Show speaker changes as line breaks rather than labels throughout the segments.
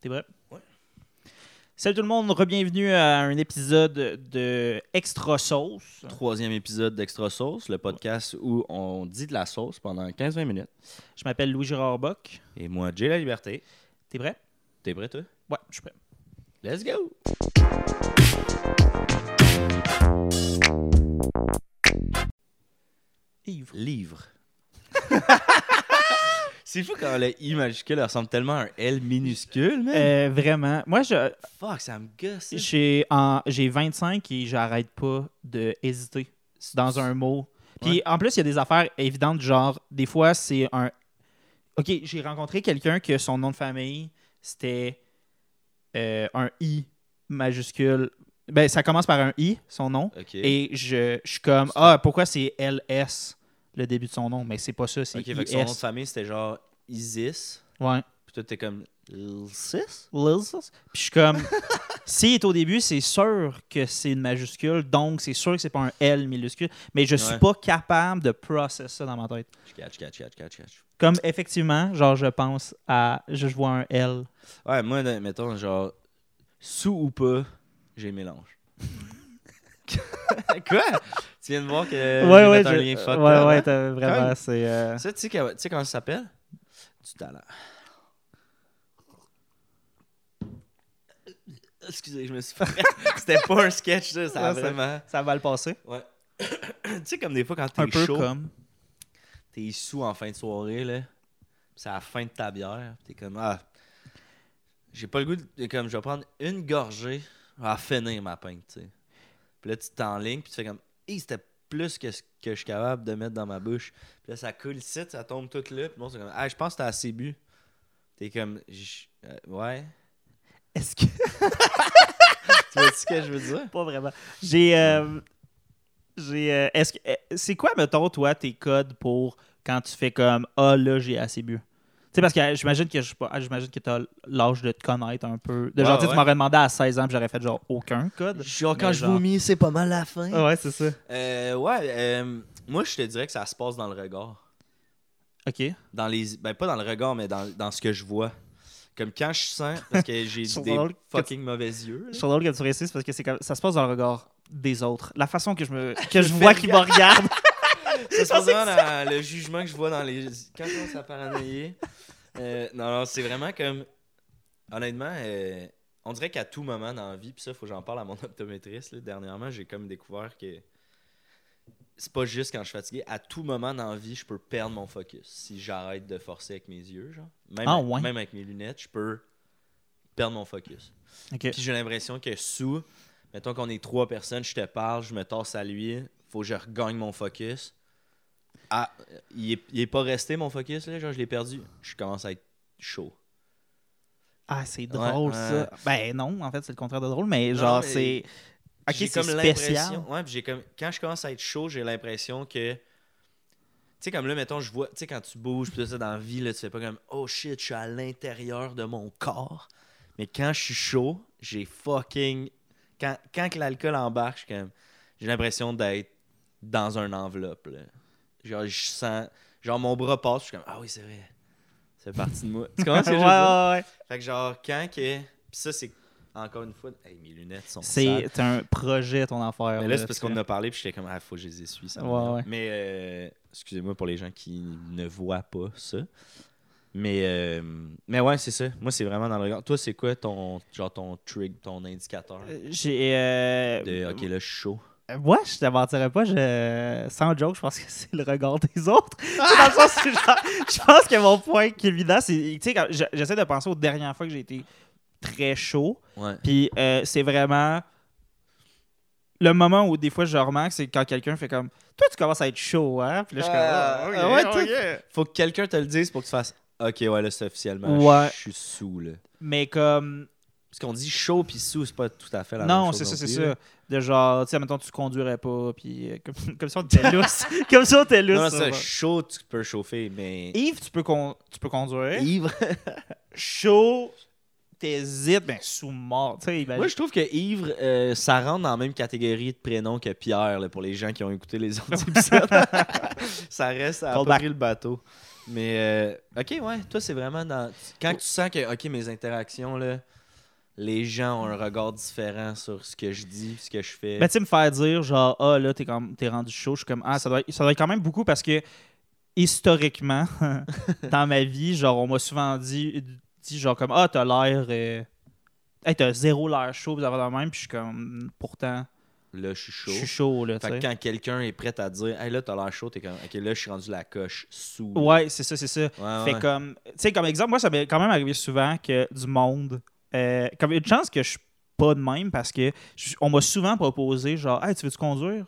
T'es vrai?
Ouais.
Salut tout le monde, re-bienvenue à un épisode de Extra Sauce.
Troisième épisode d'Extra Sauce, le podcast où on dit de la sauce pendant 15-20 minutes.
Je m'appelle Louis Gérard Bock.
Et moi, Jay La Liberté.
T'es prêt?
T'es prêt, toi?
Ouais, je suis prêt.
Let's go!
Ivre.
Livre. C'est fou quand le I majuscule ressemble tellement à un L minuscule, man.
Euh, vraiment. Moi, je-
Fuck, ça me gosse. ça.
j'ai en- j'ai 25 et j'arrête pas de hésiter dans un mot. Puis en plus, il y a des affaires évidentes, genre, des fois, c'est un. Ok, j'ai rencontré quelqu'un que son nom de famille, c'était euh, un I majuscule. Ben, ça commence par un I, son nom.
Ok.
Et je, je suis comme, ah, pourquoi c'est LS le début de son nom? Mais c'est pas ça, c'est
ok, fait que son nom de
IS.
famille, c'était genre Isis.
Ouais.
Puis toi, t'es comme Lsis?
Liz. Puis je suis comme, s'il est au début, c'est sûr que c'est une majuscule, donc c'est sûr que c'est pas un L minuscule, mais je suis
Ouais.
pas capable de processer ça dans ma tête.
Je catch, catch, catch, catch, catch.
Comme effectivement, genre, je pense à, je je vois un L.
Ouais, moi, dans- mettons, genre, sous ou pas, j'ai mélange. Quoi? Tu viens de voir que j'ai fait un
je-
lien fuck.
ouais,
là,
ouais,
hein?
t'as-
Quand
vraiment,
même.
c'est. euh,
Ça, tu sais, que- tu sais comment ça s'appelle? Du talent. Excusez, je me suis fait... C'était pas un sketch, ça, ça a
Ouais, ça-
vraiment...
Ça va le passer.
Ouais. tu sais, comme des fois, quand
Un
t'es
peu
chaud,
comme.
t'es sous en fin de soirée, là, pis c'est à la fin de ta bière, pis t'es comme, ah, j'ai pas le goût de, comme, je vais prendre une gorgée à finir ma pinte, tu sais. Puis là, tu t'enlignes, puis tu fais comme, hé, c'était plus que ce que je suis capable de mettre dans ma bouche. Puis là, ça coule ici, ça tombe tout là, puis bon, c'est comme, ah, je pense que t'as assez bu. T'es comme, J- euh, ouais.
Est-ce que.
tu vois ce que je veux dire?
Pas vraiment. J'ai. euh, j'ai. euh, Est-ce que. euh, C'est quoi, mettons, toi, tes codes pour quand tu fais comme Ah, là, j'ai assez bu? Tu sais, parce que euh, j'imagine que je suis pas- ah, j'imagine que t'as l'âge de te connaître un peu. De
Ouais,
genre, tu sais,
ouais.
tu m'aurais demandé à 16 ans, puis j'aurais fait genre aucun code.
Genre,
quand je vomis,
c'est pas mal la fin.
ouais, c'est ça.
Euh, ouais, euh, moi, je te dirais que ça se passe dans le regard.
Ok.
dans les ben pas dans le regard mais dans, dans ce que je vois comme quand je sens parce que j'ai
Sur
des
drôle que
fucking mauvais yeux
Je
là.
trouve drôle que tu réussisses parce que c'est comme- ça se passe dans le regard des autres. La façon que je me que je
fais
vois qu'ils me regardent.
c'est
pensais
souvent dans le jugement que je vois dans les quand je commence à paranoïer euh, non non c'est vraiment comme honnêtement euh, on dirait qu'à tout moment dans la vie puis ça faut que j'en parle à mon optométriste là, dernièrement j'ai comme découvert que c'est pas juste quand je suis fatigué à tout moment dans la vie je peux perdre mon focus si j'arrête de forcer avec mes yeux genre même
Ah, ouais.
même avec mes lunettes je peux perdre mon focus
Ok.
Puis j'ai l'impression que sous, mettons qu'on est trois personnes, je te parle, je me tasse à lui, faut que je regagne mon focus. Ah, euh, il est, il est pas resté mon focus, là, genre je l'ai perdu. Je commence à être chaud.
Ah, c'est drôle
Ouais,
ça.
ouais.
Ben non, en fait, c'est le contraire de drôle, mais
Non,
genre,
mais-
c'est. Ok,
J'ai
c'est
comme
spécial.
l'impression. Ouais, puis j'ai comme. Quand je commence à être chaud, j'ai l'impression que. Tu sais, comme là, mettons, je vois. Tu sais, quand tu bouges, puis tout ça, dans la vie, là, tu fais pas comme. Oh shit, je suis à l'intérieur de mon corps. Mais quand je suis chaud, j'ai fucking. Quand, quand que l'alcool embarque, je suis comme. J'ai l'impression d'être dans un enveloppe, là. Genre, je sens. Genre, mon bras passe, je suis comme. Ah oui, c'est vrai. C'est parti de moi. tu comprends ce que je veux
Ouais,
dire?
ouais, ouais.
Fait que, genre, quand que. Puis ça, c'est. Encore une fois. Hey, mes lunettes sont. sales.
C'est un projet, ton affaire.
Mais là, c'est parce qu'on en
a.
a parlé, puis j'étais comme, ah, faut que je les essuie, ça.
Ouais,
m'énerve.
ouais.
Mais, euh, excusez-moi pour les gens qui ne voient pas ça. Mais, euh, mais ouais, c'est ça. Moi, c'est vraiment dans le regard. Toi, c'est quoi ton, genre, ton trigger, ton indicateur
J'ai. euh,
de, OK, là, je suis chaud.
euh, Moi, je te mentirais pas, je... sans joke, je pense que c'est le regard des autres. Tu sais, dans le sens que, genre, je pense que mon point culminant, c'est. Tu sais, quand je- j'essaie de penser aux dernières fois que j'ai été très chaud,
Ouais.
puis euh, c'est vraiment. Le moment où des fois je remarque, c'est quand quelqu'un fait comme Toi, tu commences à être chaud, hein? Puis là, je suis comme
Ah,
Ah,
ok,
ouais, toi,
Faut que quelqu'un te le dise pour que tu fasses, OK, ouais, là, c'est officiellement,
Ouais.
je suis sous, là.
Mais comme.
Parce qu'on dit chaud puis sous, c'est pas tout à fait la même
Non,
chose
c'est ça, c'est
plus, là.
ça. De genre, tu sais, mettons, tu conduirais pas, puis euh, comme, comme si on était lousse. comme si on était lousse.
Non,
ça
ça,
va.
chaud, tu peux chauffer, mais...
Yves, tu peux, con- tu peux conduire.
Ivre.
Chaud, t'hésites, ben, sous-mort. Tu sais, imagine-
Moi, je trouve que Ivre, euh, ça rentre dans la même catégorie de prénom que Pierre, là, pour les gens qui ont écouté les autres épisodes. ça reste à
Callback.
pas pris le bateau. Mais, euh, OK, ouais, toi, c'est vraiment dans... Quand tu sens que, OK, mes interactions, là, les gens ont un regard différent sur ce que je dis, ce que je fais.
Ben, tu sais, me faire dire, genre, ah, là, t'es, comme, t'es rendu chaud. Je suis comme, ah, ça doit, être- ça doit être quand même beaucoup parce que, historiquement, dans ma vie, genre, on m'a souvent dit, dit genre, comme, ah, t'as l'air. euh, hey, t'as zéro l'air chaud, vous avez la même. Puis je suis comme, pourtant,
là, je suis chaud.
je suis chaud, là, tu
Fait que
sais.
quand quelqu'un est prêt à dire, « Hey, là, t'as l'air chaud », t'es comme, « OK, là, je suis rendu la coche sous. »
Ouais, c'est ça, c'est ça.
Ah Ouais,
Fait
ouais.
comme, tu sais, comme exemple, moi, ça m'est quand même arrivé souvent que du monde, euh, comme une chance que je suis pas de même parce que je- on m'a souvent proposé genre, hey, tu veux tu conduire?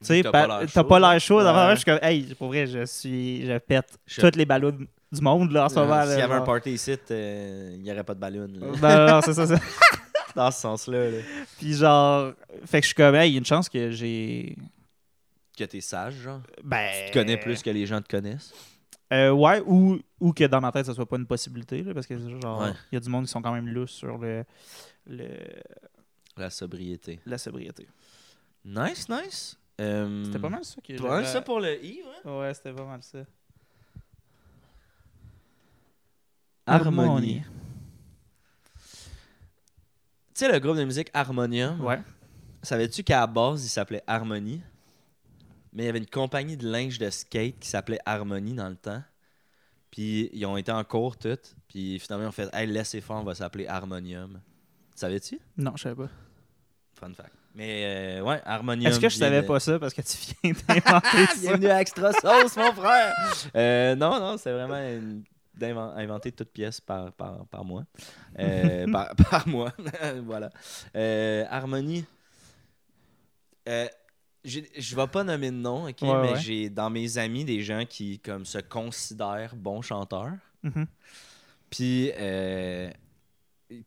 Tu sais, pa-
T'as pas l'air
t'as
chaud,
pas
là.
l'air chaud. d'abord,
Ouais.
Je suis comme, hey, pour vrai, je suis, je pète
Je-
toutes les ballons du monde là, en ce
Euh,
moment.
S'il
là,
y avait un
genre.
party ici, euh, il n'y aurait pas de ballon. là.
non, non, non, c'est ça, c'est ça.
Dans ce sens-là, là.
Puis genre, fait que je suis comme, hey, il y a une chance que j'ai.
Que t'es sage, genre.
Ben.
Tu te connais plus que les gens te connaissent.
Euh, ouais, ou, ou que dans ma tête, ça soit pas une possibilité, là, parce que genre, il
Ouais.
y a du monde qui sont quand même lousses sur le, le,
La sobriété.
la sobriété.
Nice, nice. Euh,
C'était pas mal ça que
pas mal ça pour le I, ouais.
Ouais, c'était pas mal ça.
Harmonie. Tu sais, le groupe de musique Harmonium,
Ouais.
savais-tu qu'à la base, il s'appelait Harmonie? Mais il y avait une compagnie de linge de skate qui s'appelait Harmonie dans le temps. Puis ils ont été en cours toutes. Puis finalement, ils ont fait Hey, laissez faire, on va s'appeler Harmonium. Savais-tu?
Non, je savais pas.
Fun fact. Mais euh, ouais, Harmonium.
Est-ce que je
vient
savais
de-
pas ça parce que tu viens d'inventer
Ah,
ça?
Bienvenue à Extra Sauce, mon frère! Euh, non, non, c'est vraiment une- d'invent- inventé toute pièce par, par, par moi. Euh, par, par moi, voilà. Euh, Harmonie, Euh, j'ai- je vais pas nommer de nom, ok,
Ouais,
mais
ouais.
j'ai dans mes amis des gens qui comme se considèrent bons chanteurs,
Mhm.
puis euh,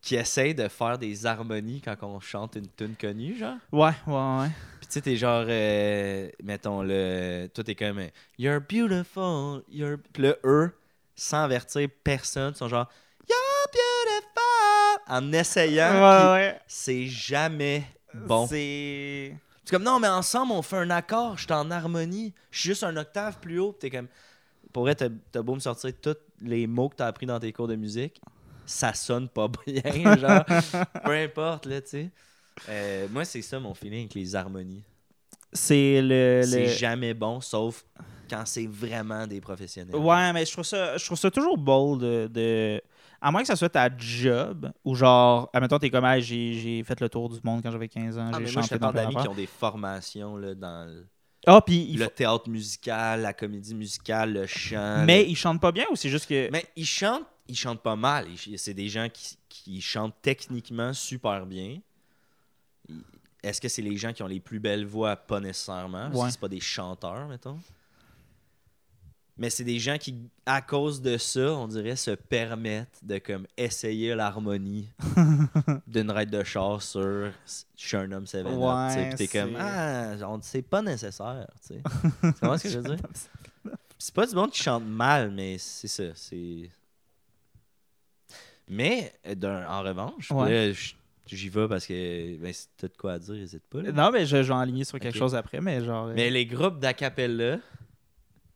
qui essayent de faire des harmonies quand on chante une tune connue, genre.
Ouais, ouais, ouais.
Puis tu sais, t'es genre, euh, mettons, le, toi, t'es comme, euh, You're beautiful, you're. Puis là, eux, sans avertir personne, sont genre, You're beautiful, en essayant.
ouais,
puis
ouais.
C'est jamais bon.
C'est.
C'est comme, non, mais ensemble, on fait un accord, je suis en harmonie, je suis juste un octave plus haut. Puis t'es comme, pour vrai, t'as t'as beau me sortir tous les mots que t'as appris dans tes cours de musique, ça sonne pas bien, genre, peu importe, là, tu sais. Euh, moi, c'est ça mon feeling avec les harmonies.
C'est le.
C'est
le-
jamais bon, sauf quand c'est vraiment des professionnels.
Ouais, mais je trouve ça, je trouve ça toujours bold de, de- À moins que ça soit ta job, ou genre, admettons, t'es comme, ah, j'ai j'ai fait le tour du monde quand j'avais 15 ans, j'ai
Ah, mais moi, je
chanté
fais
dans
part
plein
d'amis qui
d'affaires.
ont des formations là, dans le,
Ah, puis ils
le
font-
théâtre musical, la comédie musicale, le chant.
Mais
le-
ils chantent pas bien ou c'est juste que.
mais ils chantent, ils chantent pas mal. Ils ch- C'est des gens qui, qui chantent techniquement super bien. Ils- Est-ce que c'est les gens qui ont les plus belles voix Pas nécessairement. parce que
Ouais.
C'est pas des chanteurs, mettons. Mais c'est des gens qui, à cause de ça, on dirait, se permettent de comme essayer l'harmonie d'une raide de char sur « Je suis un homme 7
Ouais,
Puis t'es comme «
c'est-
Ah, genre, c'est pas nécessaire. » tu sais. Tu comprends ce que je veux dire? C'est pas du monde qui chante mal, mais c'est ça. C'est. Mais euh, d'un- en revanche,
Ouais.
là, j- j'y vais parce que ben, c'est tout quoi à dire, n'hésite pas. là.
Non, mais je, je vais enligner sur quelque
Ok.
chose après, mais genre.
Mais les groupes d'acapella,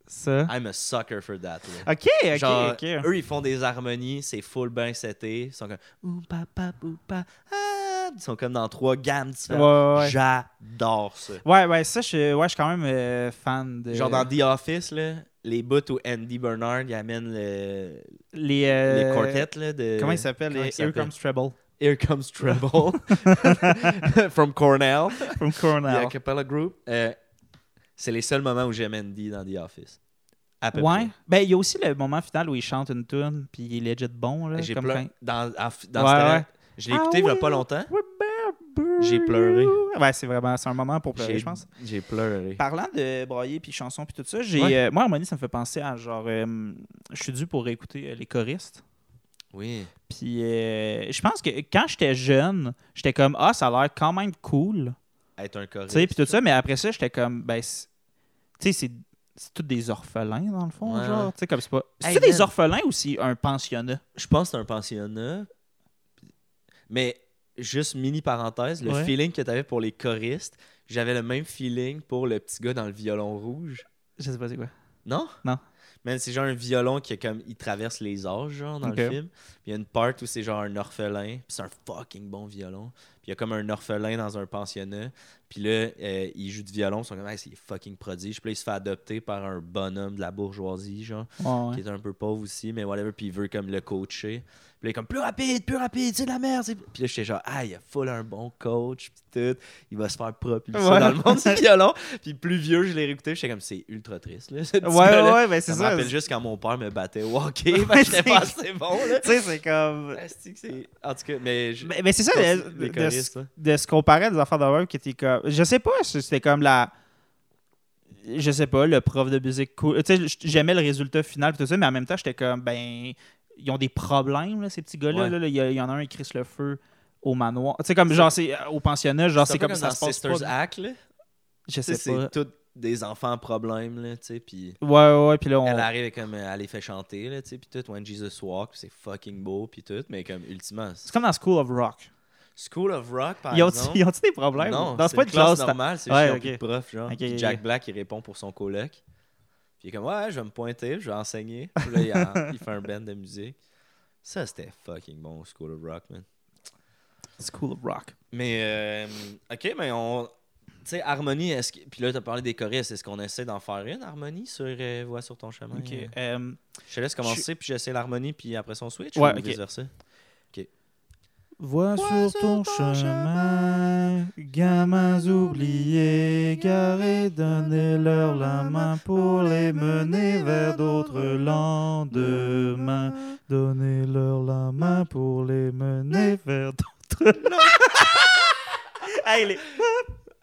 Ça.
I'm a sucker for that. là.
Ok, Ah, ok,
Genre,
ok.
eux, ils font des harmonies, c'est full bain seté. Ils sont comme Ouh, pa, pa, pou, pa, ah. Ils sont comme dans trois gammes
Ouais,
différentes.
ouais, ouais. Euh.
J'adore ça.
Ouais, ouais, ça, je, ouais, je suis quand même euh, fan de.
Genre dans The Office, là, les bouts où Andy Bernard il amène le-
les, euh,
les quartettes. Là, de...
Comment ils s'appellent
Comment
Les
ils
Here
s'appellent?
Comes Treble
Here Comes Trouble from Cornell,
from
the
Cornell.
acapella group. Euh, c'est les seuls moments où j'aime Andy dans The Office. À peu
Ouais.
près.
Ben, il y a aussi le moment final où il chante une tune puis il est legit bon. Là,
J'ai
comme
pleuré.
quand-
Dans, en- dans
Ouais,
ce
ouais.
Je l'ai écouté il y a
Ah
pas
oui.
longtemps.
Remember
J'ai pleuré.
you. Ouais, c'est vraiment c'est un moment pour pleurer,
J'ai-
ben, je pense.
J'ai pleuré.
Parlant de broyer puis chansons puis tout ça, j'ai
Ouais.
euh, moi harmonie ça me fait penser à genre euh, je suis dû pour écouter euh, les choristes.
Oui.
Puis euh, je pense que quand j'étais jeune, j'étais comme ah ça a l'air quand même cool.
Être un
Tu sais,
choriste.
puis tout ça, mais après ça, j'étais comme, ben, c'est- tu sais, c'est c'est tous des orphelins, dans le fond,
Ouais, ouais.
genre, tu sais, comme c'est pas...
Hey,
C'est-tu des
man.
orphelins ou c'est un pensionnat?
Je pense que c'est un pensionnat. Mais juste mini parenthèse, le
Ouais.
feeling que tu avais pour les choristes, j'avais le même feeling pour le petit gars dans le violon rouge.
Je sais pas c'est quoi.
Non?
Non.
Man, c'est genre un violon qui est comme il traverse les âges genre, dans
Ok.
le film. Puis il y a une part où c'est genre un orphelin, puis c'est un fucking bon violon. Puis il y a comme un orphelin dans un pensionnat. Puis là, euh, il joue du violon, ils sont comme Hey, c'est fucking prodige. Puis là, il se fait adopter par un bonhomme de la bourgeoisie genre
Ouais,
qui
ouais.
est un peu pauvre aussi, mais whatever, puis il veut comme le coacher. Puis là, il est comme plus rapide, plus rapide, c'est de la merde. c'est- Puis là, j'étais genre, ah, il a full un bon coach, puis tout. Il va se faire propulser
Ouais.
dans le monde du violon. Puis plus vieux, je l'ai réécouté, j'étais comme, c'est ultra triste, là, ce petit
Ouais,
gars-là.
ouais, ouais, ben c'est
Ça me
ça.
rappelle
Tu
juste quand mon père me battait au hockey, parce que j'étais pas assez bon, là.
sais, c'est comme.
Asti que c'est- En tout cas, mais. je-
Mais, mais c'est ça,
Continue,
de,
les
de- Ah,
choristes,
de-
ouais.
de se comparer à des affaires d'horreur qui étaient comme. Je sais pas, si c'était comme la. Je sais pas, le prof de musique cool. Tu sais, j- j'aimais le résultat final, pis tout ça, mais en même temps, j'étais comme, ben. Ils ont des problèmes, là, ces petits gars-là.
Ouais.
là. Il y, a- il y en a un qui crisse le feu au manoir. Tu sais, comme, genre, c'est euh, au pensionnat, genre,
un
c'est
peu
comme ça
dans
se passe.
Sisters
Pas.
Act, là.
Je
Tu sais,
sais pas.
c'est tous des enfants problèmes, là, tu sais, puis.
Ouais, ouais, ouais, puis là, on.
Elle arrive et comme euh, elle les fait chanter, là, tu sais, puis tout, When Jesus Walk, c'est fucking beau, puis tout, mais comme ultimement.
C'est
c'est-
comme dans School of Rock.
School of Rock, par
Ils ont-
exemple.
ils ont-tu des problèmes?
Ah, non,
dans
c'est
pas
une
de
classe
classe.
normale, c'est
Ouais,
juste
ok.
okay. prof, genre.
Ok,
Puis
ok.
Jack Black, il répond pour son coloc. Puis il est comme, ouais, je vais me pointer, je vais enseigner. Puis là, il, a- il fait un band de musique. Ça, c'était fucking bon, School of Rock, man.
School of Rock.
Mais, euh, ok, mais on. Tu sais, Harmonie, est-ce que. Puis là, t'as parlé des choristes. Est-ce qu'on essaie d'en faire une, Harmonie, sur euh, Voix sur ton chemin?
Ok.
euh?
euh,
Je te laisse commencer, puis j'essaie l'harmonie, puis après son switch,
Ouais,
ou
ok.
vice-versa.
Vois sur ton chemin, gamins oubliés, garés, donnez-leur la main pour les mener vers d'autres lendemains. Donnez-leur la main pour les mener vers d'autres lendemains. hey, les-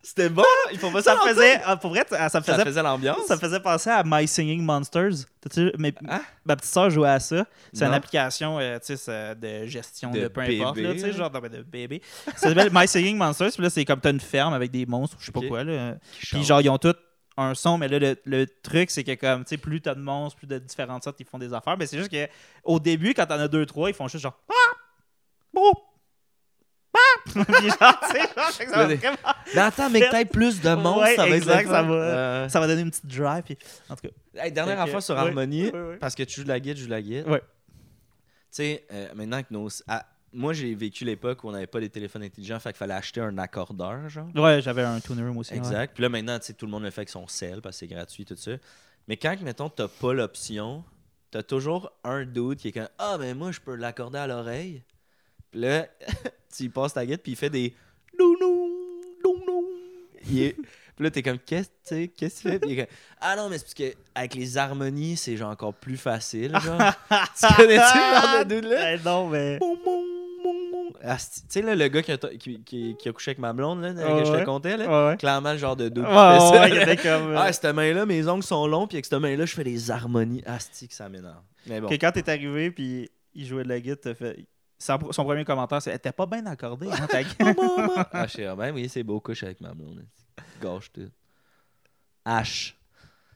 C'était bon! Il faut pas
ça
ça
me
faisait...
faisait, ah, pour vrai, ça ça me
Ça
faisait,
faisait l'ambiance.
ça me faisait penser à My Singing Monsters. T'as-tu- mes-
Hein?
Ma petite soeur jouait à ça. C'est
Non.
une application euh, tu sais, ça- de gestion de,
De
peu importe,
bébé,
là, tu sais,
là.
genre non, mais de bébé. Ça s'appelle My Singing Monsters. Puis là, c'est comme t'as une ferme avec des monstres, je sais pas
Ok.
quoi. Là.
Qui
Puis
chante.
genre, ils ont tous un son, mais là, le, le truc, c'est que comme, tu sais, plus t'as de monstres, plus de différentes sortes, ils font des affaires. Mais c'est juste que au début, quand t'en as deux, trois, ils font juste genre. Ah! Bon! Ah! Puis genre, tu sais, genre, fait que ça va
Là, des-
vraiment-
Mais attends, mais que t'aies plus de monde,
Ouais,
ça va
exact,
être le
ça
fun.
va.
Euh,
Ça va donner une petite drive. Puis... En tout cas.
hey, dernière
Fait que-
affaire sur
ouais,
harmonie,
ouais, ouais.
parce que tu joues de la guide, je joue de la guide.
Ouais.
Tu sais, euh, maintenant que nos... à- Moi, j'ai vécu l'époque où on n'avait pas des téléphones intelligents, fait qu'il fallait acheter un accordeur, genre.
Ouais, j'avais un tuner moi aussi. ouais.
Exact. Puis là, maintenant, tu sais, tout le monde le fait avec son sel parce que c'est gratuit, tout ça. Mais quand, mettons, t'as pas l'option, t'as toujours un dude qui est comme Ah, mais moi, je peux l'accorder à l'oreille. Puis là, tu y passes ta guide, puis il fait des Dounou, dounou. Il est- Puis là, t'es comme Qu'est-ce tu sais, qu'est-ce que tu fais Puis il est comme Ah non, mais c'est parce que avec les harmonies, c'est genre encore plus facile. Genre. tu connais-tu le genre de dude-là
Ben non, mais.
Boum, boum, boum, boum. Ah, c'est- tu sais, là, le gars qui a, qui, qui- qui a couché avec ma blonde, là,
Ouais,
que je te
ouais.
contais, là,
Ouais, ouais.
clairement le genre de doute.
Ouais,
qui fait
ouais,
ça,
il
là.
était comme. euh,
Ah, cette main-là, mes ongles sont longs, puis avec cette main-là, je fais des harmonies astiques, ça m'énerve. Mais bon.
que quand t'es arrivé, puis il jouait de la guitare, t'as fait. Son, son premier commentaire, c'est T'es pas bien accordé, hein, ta guitare.
ah, je sais, ah, ben oui, c'est beau, couche avec ma blonde. asti. Gâche tout. H.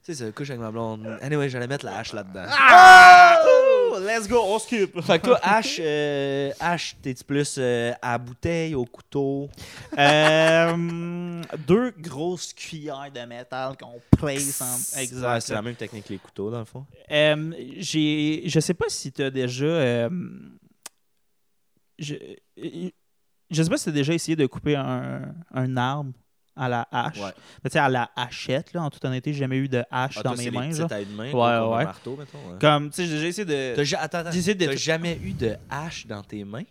Tu sais, c'est couche avec ma blonde. Anyway, j'allais mettre la hache là-dedans.
Ah! Ouh, Let's go, on skip.
Fait que toi, H, euh, H, t'es-tu plus euh, à bouteille, au couteau?
Euh, deux grosses cuillères de métal qu'on place en.
Ouais,
Exact.
c'est la même technique que les couteaux, dans le fond.
Euh, j'ai, je sais pas si tu as déjà. euh, je, je sais pas si tu as déjà essayé de couper un, un arbre à la hache.
Ouais. Ah,
Mais tu sais, à la hachette, là, en toute honnêteté, j'ai jamais eu de hache dans mes mains. genre.
de main,
Ouais,
toi, comme un
ouais.
marteau, mettons. ouais.
Comme, tu sais, j'ai déjà essayé de.
T'as ja- attends, attends.
J'ai essayé de-
T'as jamais eu de hache dans tes mains?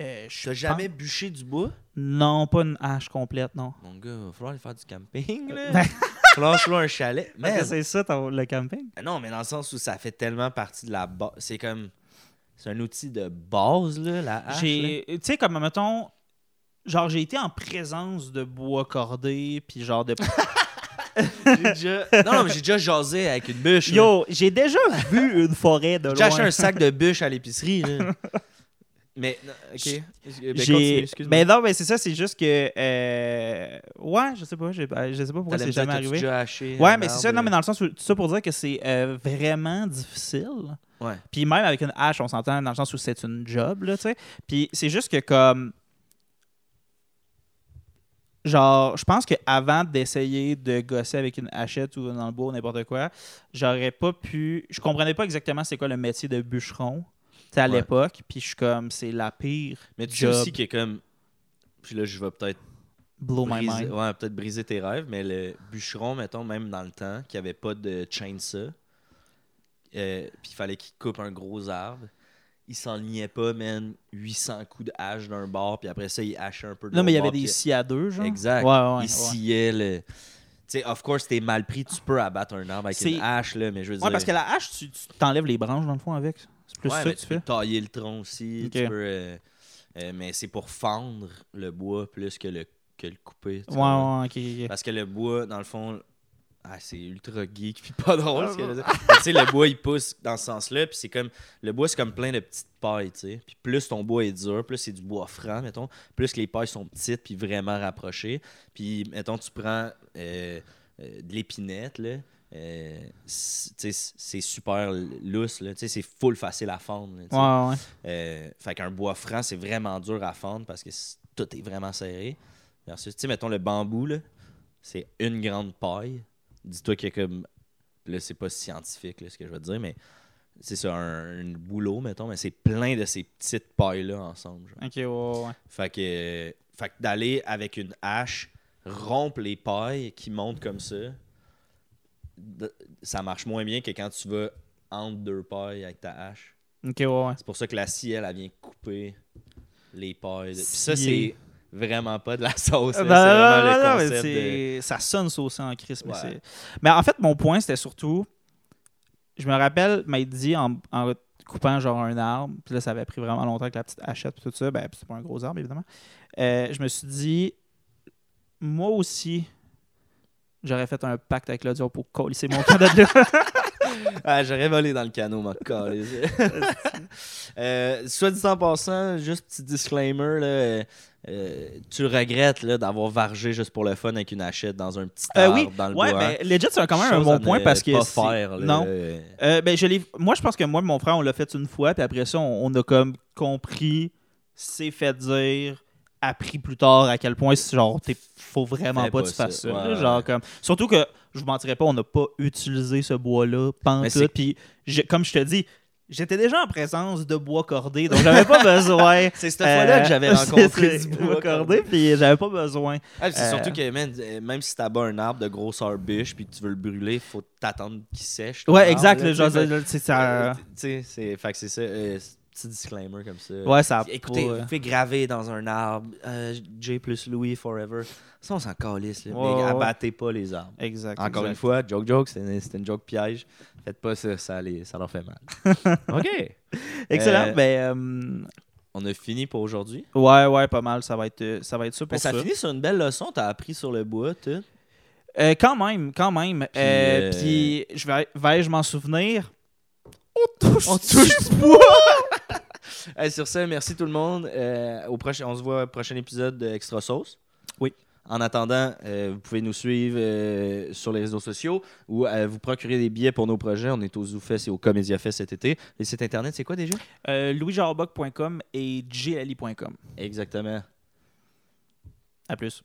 Euh, je
T'as
pense-
jamais bûché du bois?
Non, pas une hache complète, non.
Mon gars, va falloir aller faire du camping, là.
Ben-
falloir se louer un chalet.
Parce
Mais
que c'est ça ton- le camping?
non, mais dans le sens où ça fait tellement partie de la base. C'est comme. C'est un outil de base, là, la hache. là.
J'ai. Tu sais, comme, mettons. Genre, j'ai été en présence de bois cordé, puis genre de.
J'ai déjà- Non, non, mais j'ai déjà jasé avec une bûche. là.
Yo, j'ai déjà vu une forêt de
J'ai
loin.
acheté un sac de bûche à l'épicerie, là. Mais, non, ok.
J'ai-
Ben, continue,
J'ai-
excuse-moi.
Ben non, mais c'est ça, c'est juste que. euh, Ouais, je sais pas, j'ai- ben, je sais pas pourquoi
T'allais
c'est
me
jamais
dire que t'as-tu
arrivé.
déjà haché un
Ouais, mais c'est ça,
arbre,
non, mais dans le sens, où- tout ça pour dire que c'est euh, vraiment difficile.
Ouais.
Puis même avec une hache, on s'entend dans le sens où c'est une job, là, tu sais. Puis c'est juste que comme. Genre, je pense qu'avant d'essayer de gosser avec une hachette ou dans le bois ou n'importe quoi, j'aurais pas pu. Je comprenais pas exactement c'est quoi le métier de bûcheron tu sais, à
Ouais.
l'époque. Puis je suis comme, c'est la pire.
Mais tu
Job.
sais aussi que comme. Puis là, je vais peut-être
Blow my
briser,
mind.
ouais, peut-être briser tes rêves, mais le bûcheron, mettons, même dans le temps, qui avait pas de chainsaw, euh, puis il fallait qu'il coupe un gros arbre, il s'enlignait pas, man, 800 coups de hache d'un bord, puis après ça, il hachait un peu de
Non, mais il y
l'autre
avait
bord,
des
puis-
scies à deux, genre.
Exact.
Ouais, ouais, ouais,
il sciait le. Tu sais, of course, t'es mal pris, tu peux abattre un arbre avec
C'est-
une hache, là, mais je veux
ouais.
dire.
Ouais, parce que la hache, tu tu t'enlèves les branches dans le fond avec. ben, C'est plus
Ouais,
ça
mais
que tu
tu
fais.
peux tailler le tronc aussi,
Ok.
tu peux. euh, euh, mais c'est pour fendre le bois plus que le, que le couper. tu
Ouais,
comprends?
ouais, ok, ok, ok.
Parce que le bois, dans le fond, ah, c'est ultra geek puis pas drôle ce que je veux dire. Mais Tu sais, le bois, il pousse dans ce sens-là, puis c'est comme. Le bois, c'est comme plein de petites pailles, tu sais. Puis plus ton bois est dur, plus c'est du bois franc, mettons, plus les pailles sont petites puis vraiment rapprochées. Puis, mettons, tu prends euh, euh, de l'épinette, là. euh, c- tu sais, c'est super lousse, là. Tu sais, c'est full facile à fendre. là, tu sais.
Ouais, ouais.
Euh, fait qu'un bois franc, c'est vraiment dur à fendre parce que c- tout est vraiment serré. Versus, tu sais, mettons le bambou, là, c'est une grande paille. Dis-toi qu'il y a comme. Là, c'est pas scientifique, là, ce que je veux te dire, mais c'est ça, un, un boulot, mettons, mais c'est plein de ces petites pailles-là ensemble. genre.
Ok, ouais, ouais, ouais.
Fait que, fait que d'aller avec une hache, rompre les pailles qui montent comme ça, de- ça marche moins bien que quand tu vas entre deux pailles avec ta hache.
Ok, ouais, ouais.
C'est pour ça que la scie, elle, elle vient couper les pailles. Puis ça,
Scier.
c'est vraiment pas de la sauce. là.
Non, Ah non,
c'est
Ben, non,
vraiment
non,
le
mais
concept de...
c'est- Ça sonne saucé en crise. Mais,
Ouais.
c'est- mais en fait, mon point, c'était surtout. Je me rappelle m'être dit en, en coupant genre un arbre, puis là, ça avait pris vraiment longtemps avec la petite hachette, puis tout ça. Ben, puis c'est pas un gros arbre, évidemment. Euh, je me suis dit, moi aussi, j'aurais fait un pacte avec l'audio pour colisser mon camp de là.
Ah, J'aurais volé dans le canot, mon câlisse. euh, Soit dit en passant, juste petit disclaimer, là, euh, euh, tu regrettes là, d'avoir vargé juste pour le fun avec une hachette dans un petit
Euh,
arbre
oui,
dans le
ouais,
bois.
mais legit, c'est quand même un
Chose à
bon
ne
point parce que.
pas
c'est-
faire, là.
non. Euh, ben, je l'ai- moi, je pense que moi et mon frère, on l'a fait une fois, puis après ça, on, on a comme compris, s'est fait dire, appris plus tard à quel point, c'est genre, t'es- faut vraiment
Fais
pas que
pas
tu fasses ça.
ça. Ouais,
là,
ouais.
genre, comme, surtout que, je vous mentirais pas, on n'a pas utilisé ce bois-là
Mais
pantoute,
c'est-
puis je- comme je te dis, j'étais déjà en présence de bois cordé, donc j'avais pas besoin.
C'est cette fois-là que j'avais
euh,
rencontré
c'est-
du bois
cordé, puis j'avais pas besoin.
Ah, puis c'est
Euh,
surtout que man, euh, même si t'abats un arbre de grosseur bûche puis que tu veux le brûler, faut t'attendre qu'il sèche. ton
Ouais,
arbre,
exact,
là,
là, genre,
tu sais,
là, c'est
fait-
ça.
euh, Tu sais, c'est fait que c'est ça. euh, c'est un petit disclaimer comme ça.
Ouais, ça a
Écoutez,
pas, euh,
vous pouvez graver dans un arbre euh, J plus Louis forever. Ça, on s'en calisse. là,
Ouais,
mais
ouais.
abattez pas les arbres.
Exact.
Encore
exact.
une fois, joke joke, c'est une, c'est une joke piège. Faites pas ça, ça, les- ça leur fait mal. OK.
Excellent.
Euh,
ben, euh,
On a fini pour aujourd'hui.
Ouais, ouais, pas mal. Ça va être, euh, ça, va être ça pour
Ben,
ça.
ça finit sur une belle leçon. T'as appris sur le hein. bois, tout.
Euh, quand même, quand même. Euh,
euh,
Puis, je vais, vais-je m'en souvenir? On touche,
On touche
du bois!
Hey, sur ce, merci tout le monde. Euh, au prochain, on se voit au prochain épisode de Extra Sauce.
Oui.
En attendant, euh, vous pouvez nous suivre euh, sur les réseaux sociaux ou euh, vous procurer des billets pour nos projets. On est au ZooFest et au Comédia Fest cet été. Le site internet, c'est quoi déjà
Euh, louisjarboc.com et jali.com.
Exactement.
À plus.